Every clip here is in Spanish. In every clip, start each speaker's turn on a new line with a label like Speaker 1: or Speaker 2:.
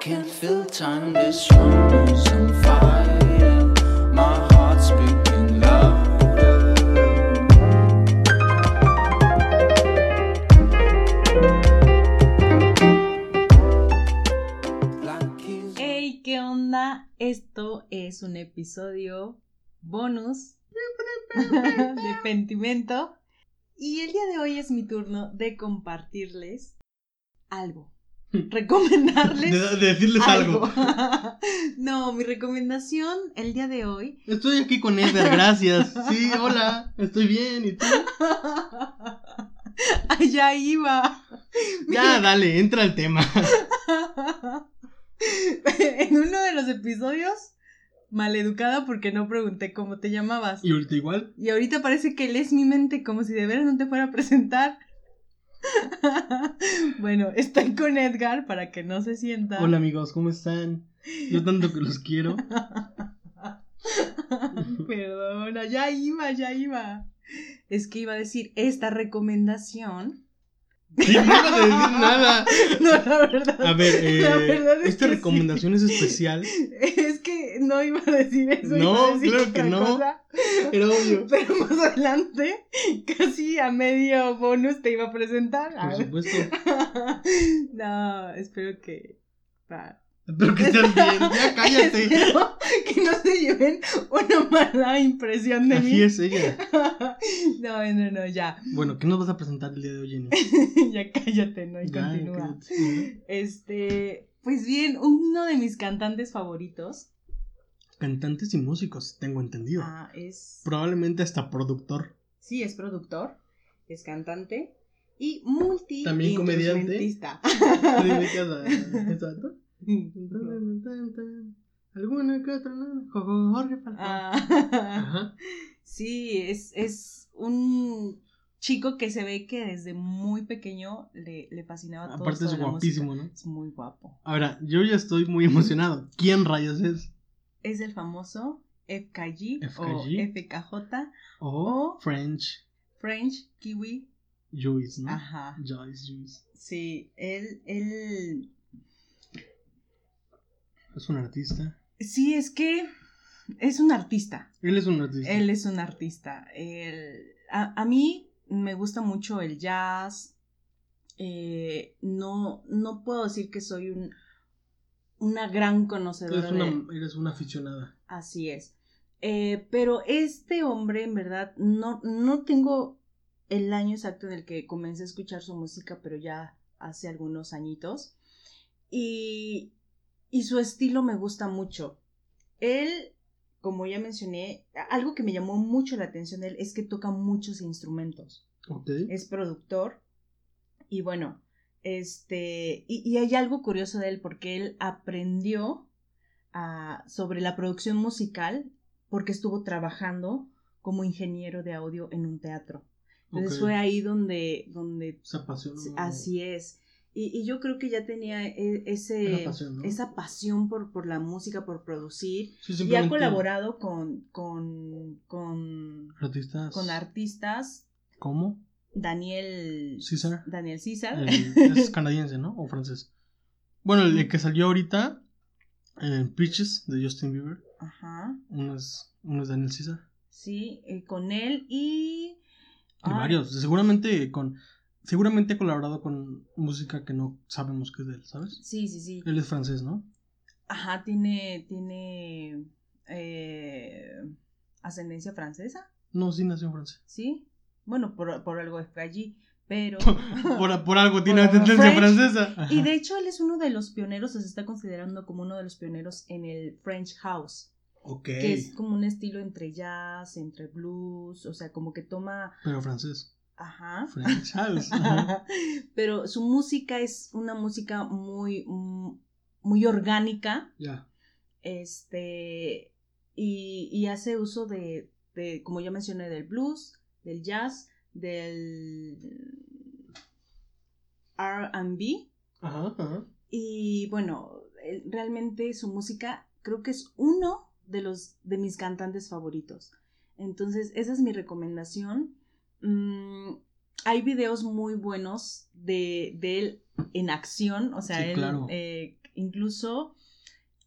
Speaker 1: can feel time is strong some fire. My heart's beating louder. Like he's
Speaker 2: ¡Hey! ¿Qué onda? Esto es un episodio bonus de Pentimento. Y el día de hoy es mi turno de compartirles algo. Recomendarles
Speaker 3: De- de decirles algo.
Speaker 2: algo. No, mi recomendación el día de hoy.
Speaker 3: Estoy aquí con Edgar, gracias. Sí, hola, estoy bien. ¿Y tú?
Speaker 2: Allá iba.
Speaker 3: Ya, dale, entra al tema.
Speaker 2: en uno de los episodios, maleducada porque no pregunté cómo te llamabas.
Speaker 3: ¿Y ahorita igual?
Speaker 2: Y ahorita parece que lees mi mente como si de veras no te fuera a presentar. bueno, estoy con Edgar para que no se sienta.
Speaker 3: Hola amigos, ¿cómo están? Yo tanto que los quiero.
Speaker 2: Perdona, ya iba, ya iba. Es que iba a decir esta recomendación.
Speaker 3: Sí, no iba a decir nada.
Speaker 2: No, la verdad.
Speaker 3: A ver, eh,
Speaker 2: La verdad es
Speaker 3: esta
Speaker 2: que sí.
Speaker 3: recomendación es especial.
Speaker 2: Es que no iba a decir eso.
Speaker 3: No,
Speaker 2: iba a decir
Speaker 3: claro que
Speaker 2: otra
Speaker 3: no.
Speaker 2: cosa.
Speaker 3: Era obvio.
Speaker 2: Pero más adelante, casi a medio bonus te iba a presentar.
Speaker 3: Por supuesto.
Speaker 2: no, espero que. va.
Speaker 3: Pero que estés bien. Ya cállate.
Speaker 2: Espero que no se lleven una mala impresión de mí.
Speaker 3: Así es ella.
Speaker 2: no, no, no, ya.
Speaker 3: Bueno, ¿qué nos vas a presentar el día de hoy, Jenny?
Speaker 2: ya cállate, ¿no? Y
Speaker 3: Ya,
Speaker 2: continúa.
Speaker 3: cállate.
Speaker 2: Este. Pues bien, uno de mis cantantes favoritos
Speaker 3: Cantantes y músicos, tengo entendido.
Speaker 2: ah, es.
Speaker 3: Probablemente hasta productor.
Speaker 2: Sí, es productor, es cantante y multi.
Speaker 3: También comediante.
Speaker 2: instrumentista.
Speaker 3: ¿Te dedicas a- a eso, no?
Speaker 2: No.
Speaker 3: Alguna que otra, ¿no? Jorge Falcón.
Speaker 2: Ah,
Speaker 3: Ajá.
Speaker 2: sí, es, es un chico que se ve que desde muy pequeño le, le fascinaba todo esto
Speaker 3: Aparte es
Speaker 2: de Ah, la
Speaker 3: guapísimo,
Speaker 2: música.
Speaker 3: ¿no?
Speaker 2: Es muy guapo.
Speaker 3: Ahora, yo ya estoy muy emocionado. ¿Quién rayos es?
Speaker 2: Es el famoso FKG,
Speaker 3: FKG.
Speaker 2: o FKJ,
Speaker 3: O
Speaker 2: Oh.
Speaker 3: French
Speaker 2: French Kiwi.
Speaker 3: Juice, ¿no?
Speaker 2: Ajá.
Speaker 3: Joyce Juice.
Speaker 2: Sí, él, él.
Speaker 3: Es un artista.
Speaker 2: Sí, es que es un artista.
Speaker 3: Él es un artista.
Speaker 2: Él es un artista. Él- a, a mí me gusta mucho el jazz. Eh, no, no puedo decir que soy un, una gran conocedora
Speaker 3: Eres una,
Speaker 2: de...
Speaker 3: eres una aficionada.
Speaker 2: Así es. Eh, pero este hombre, en verdad, no, no tengo el año exacto en el que comencé a escuchar su música, pero ya hace algunos añitos. Y, y su estilo me gusta mucho. Él, como ya mencioné, a- algo que me llamó mucho la atención de él es que toca muchos instrumentos
Speaker 3: Ok.
Speaker 2: es productor y bueno, este, y, y hay algo curioso de él porque él aprendió ah, sobre la producción musical porque estuvo trabajando como ingeniero de audio en un teatro. Entonces
Speaker 3: ok. Oh.
Speaker 2: fue ahí donde, donde
Speaker 3: Se apasionó.
Speaker 2: así es. Y, y yo creo que ya tenía e- ese,
Speaker 3: Esa pasión, ¿no?
Speaker 2: esa pasión por, por la música, por producir.
Speaker 3: Sí,
Speaker 2: Y ha
Speaker 3: simplemente
Speaker 2: colaborado con, con, con,
Speaker 3: Artistas.
Speaker 2: con artistas
Speaker 3: ¿Cómo?
Speaker 2: Daniel
Speaker 3: César.
Speaker 2: Daniel
Speaker 3: Eh.
Speaker 2: César.
Speaker 3: El- es canadiense, ¿no? O francés. Bueno, el que salió ahorita en Peaches de Justin Bieber.
Speaker 2: Ajá.
Speaker 3: Uno es, uno es Daniel César.
Speaker 2: Sí, eh, con él y.
Speaker 3: Y
Speaker 2: Ay,
Speaker 3: varios. Seguramente con. Seguramente ha colaborado con música que no sabemos que es de él, ¿sabes?
Speaker 2: Sí, sí, sí.
Speaker 3: Él es francés, ¿no?
Speaker 2: Ajá, tiene. Tiene. eh, ascendencia francesa,
Speaker 3: No, sí nació en Francia.
Speaker 2: ¿sí? Bueno, por, por algo es allí, pero.
Speaker 3: Por, por algo tiene
Speaker 2: Por-
Speaker 3: ascendencia
Speaker 2: French.
Speaker 3: francesa. Ajá.
Speaker 2: Y de hecho, él es uno de los pioneros, o se está considerando como uno de los pioneros en el French House,
Speaker 3: Ok.
Speaker 2: que es como un estilo entre jazz, entre blues, o sea, como que toma.
Speaker 3: Pero francés.
Speaker 2: Ajá.
Speaker 3: French house. Ajá.
Speaker 2: Pero su música es una música muy, mm, muy orgánica,
Speaker 3: Ya.
Speaker 2: este, y, y hace uso de, de, como ya mencioné, del blues, del jazz, del RB,
Speaker 3: Ajá, ajá.
Speaker 2: y bueno, eh, realmente su música creo que es uno de los de mis cantantes favoritos. Entonces, esa es mi recomendación. Mm, hay videos muy buenos de, de él en acción, o sea,
Speaker 3: Sí,
Speaker 2: él
Speaker 3: claro.
Speaker 2: eh, incluso incluso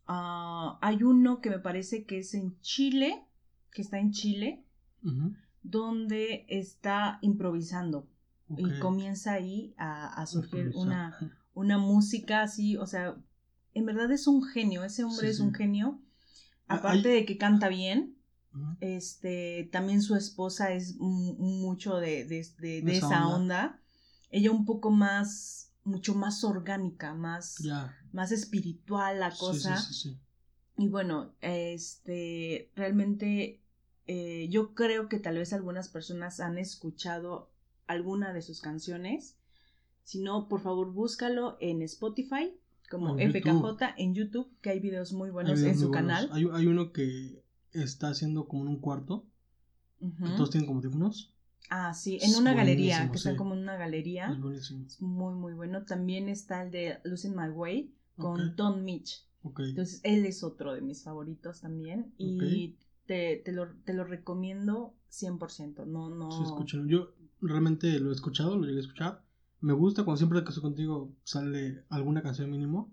Speaker 2: ah, hay uno que me parece que es en Chile, que está en Chile,
Speaker 3: Ujú,
Speaker 2: donde está improvisando
Speaker 3: ok.
Speaker 2: y comienza ahí a, a surgir
Speaker 3: Improvisar.
Speaker 2: una, una música así, o sea, en verdad es un genio, ese hombre
Speaker 3: Sí,
Speaker 2: es
Speaker 3: sí.
Speaker 2: un genio.
Speaker 3: Ah,
Speaker 2: Aparte de que canta bien,
Speaker 3: Ujú.
Speaker 2: este, también su esposa es mu- mucho de, de- de- de
Speaker 3: De esa
Speaker 2: esa, onda. Ella un poco más, mucho más orgánica, más,
Speaker 3: Ya.
Speaker 2: más espiritual la
Speaker 3: Sí,
Speaker 2: cosa.
Speaker 3: Sí, sí, sí.
Speaker 2: Y bueno, este, realmente eh, yo creo que tal vez algunas personas han escuchado alguna de sus canciones. Si no, por favor, búscalo en Spotify como
Speaker 3: O en
Speaker 2: FKJ
Speaker 3: YouTube.
Speaker 2: en YouTube, que hay videos muy
Speaker 3: Hay
Speaker 2: buenos en
Speaker 3: videos
Speaker 2: su
Speaker 3: muy buenos.
Speaker 2: canal.
Speaker 3: Hay, hay uno que está haciendo como en un cuarto.
Speaker 2: Ujú.
Speaker 3: que todos tienen como teléfonos.
Speaker 2: Ah, sí, en
Speaker 3: Es
Speaker 2: una galería,
Speaker 3: buenísimo,
Speaker 2: que está
Speaker 3: sí.
Speaker 2: como en una galería.
Speaker 3: Es buenísimo.
Speaker 2: Es muy, muy bueno. También está el de Losing My Way con
Speaker 3: Ok.
Speaker 2: Don Mitch.
Speaker 3: Ok.
Speaker 2: Entonces, él es otro de mis favoritos también. Y te, te lo, te lo recomiendo 100%. No, no.
Speaker 3: Sí, escúchenlo. Yo realmente lo he escuchado, lo llegué a escuchar. Me gusta cuando siempre que estoy contigo sale alguna canción mínimo.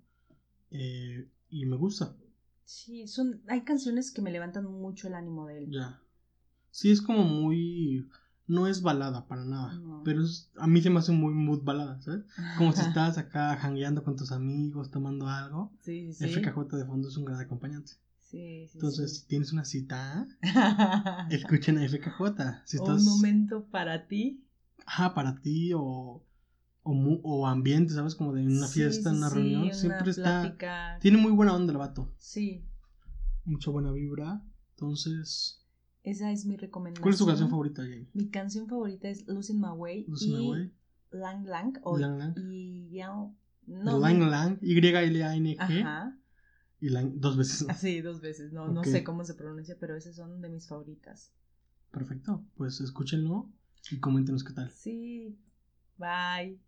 Speaker 3: eh, y me gusta.
Speaker 2: Sí, son, hay canciones que me levantan mucho el ánimo de él.
Speaker 3: Ya. Sí, es como muy. No es balada para nada.
Speaker 2: No.
Speaker 3: Pero es- a mí se me hace muy mood balada, ¿sabes? Como si estás acá jangueando con tus amigos, tomando algo.
Speaker 2: Sí, sí.
Speaker 3: El
Speaker 2: sí.
Speaker 3: FKJ de fondo es un gran acompañante.
Speaker 2: Sí, sí,
Speaker 3: Entonces,
Speaker 2: sí.
Speaker 3: si tienes una cita, escuchen a FKJ. Si
Speaker 2: O
Speaker 3: estás.
Speaker 2: Un momento para ti.
Speaker 3: ajá, para ti o, o, mu- o ambiente, ¿sabes? Como de una
Speaker 2: Sí,
Speaker 3: fiesta,
Speaker 2: sí,
Speaker 3: una
Speaker 2: sí,
Speaker 3: reunión.
Speaker 2: una
Speaker 3: Siempre está.
Speaker 2: plática.
Speaker 3: Tiene muy buena onda el vato.
Speaker 2: Sí,
Speaker 3: Mucha buena vibra. Entonces,
Speaker 2: esa es mi recomendación.
Speaker 3: ¿cuál es tu canción favorita, Jamie?
Speaker 2: Mi canción favorita es Losing My Way
Speaker 3: Losing My
Speaker 2: y
Speaker 3: Way.
Speaker 2: Lang Lang o
Speaker 3: Lang Lang.
Speaker 2: y Yang-
Speaker 3: No,
Speaker 2: no,
Speaker 3: Lang Lang, Y-L-A-N-G.
Speaker 2: Ajá.
Speaker 3: Y Lang, dos veces.
Speaker 2: Sí, dos veces. No, no
Speaker 3: Ok.
Speaker 2: sé cómo se pronuncia, pero esas son de mis favoritas.
Speaker 3: Perfecto. Pues escúchenlo y coméntenos qué tal.
Speaker 2: Sí. Bye.